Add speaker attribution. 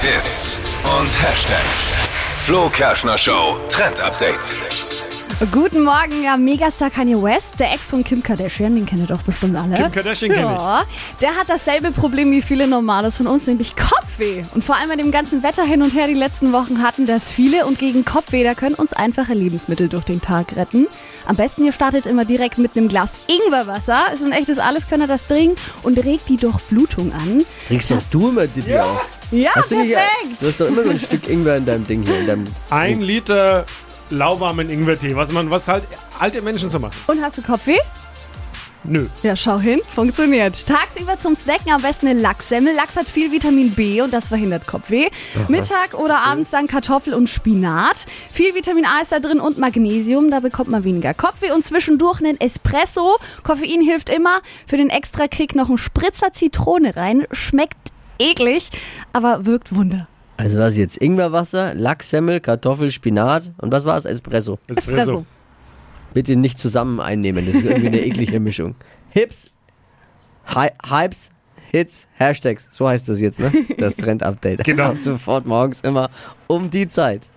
Speaker 1: Hits und Hashtags. Flo Kerschner Show Trend Update.
Speaker 2: Guten Morgen, ja, Megastar Kanye West, der Ex von Kim Kardashian, den kennt ihr doch bestimmt alle.
Speaker 3: Kim Kardashian kenn
Speaker 2: ja, Der hat dasselbe Problem wie viele Normales von uns, nämlich Kopfweh. Und vor allem bei dem ganzen Wetter hin und her die letzten Wochen hatten das viele. Und gegen Kopfweh, da können uns einfache Lebensmittel durch den Tag retten. Am besten ihr startet immer direkt mit einem Glas Ingwerwasser. Ist ein echtes Alleskönner, das trinkt und regt die Durchblutung an.
Speaker 4: Trinkst doch du immer Dippy auch.
Speaker 2: Ja,
Speaker 4: Hast du, nicht,
Speaker 2: perfekt.
Speaker 4: du hast doch immer so ein Stück Ingwer in deinem Ding hier. In deinem
Speaker 3: Ein Liter lauwarmen Ingwertee, was man, was halt alte Menschen so machen.
Speaker 2: Und hast du Kopfweh?
Speaker 3: Nö.
Speaker 2: Ja, schau hin, funktioniert. Tagsüber zum Snacken am besten eine Lachssemmel. Lachs hat viel Vitamin B und das verhindert Kopfweh. Mittag oder abends dann Kartoffel und Spinat. Viel Vitamin A ist da drin und Magnesium, da bekommt man weniger Kopfweh. Und zwischendurch einen Espresso. Koffein hilft immer. Für den extra Kick noch einen Spritzer Zitrone rein. Schmeckt eklig, aber wirkt Wunder.
Speaker 4: Also was jetzt? Ingwerwasser, Lachssemmel, Kartoffel, Spinat und was war's? Espresso.
Speaker 2: Espresso.
Speaker 4: Bitte nicht zusammen einnehmen, das ist irgendwie eine eklige Mischung. Hips, Hi Hypes, Hits, Hashtags, so heißt das jetzt, ne? Das Trend-Update.
Speaker 3: Genau.
Speaker 4: Ab sofort morgens immer um die Zeit.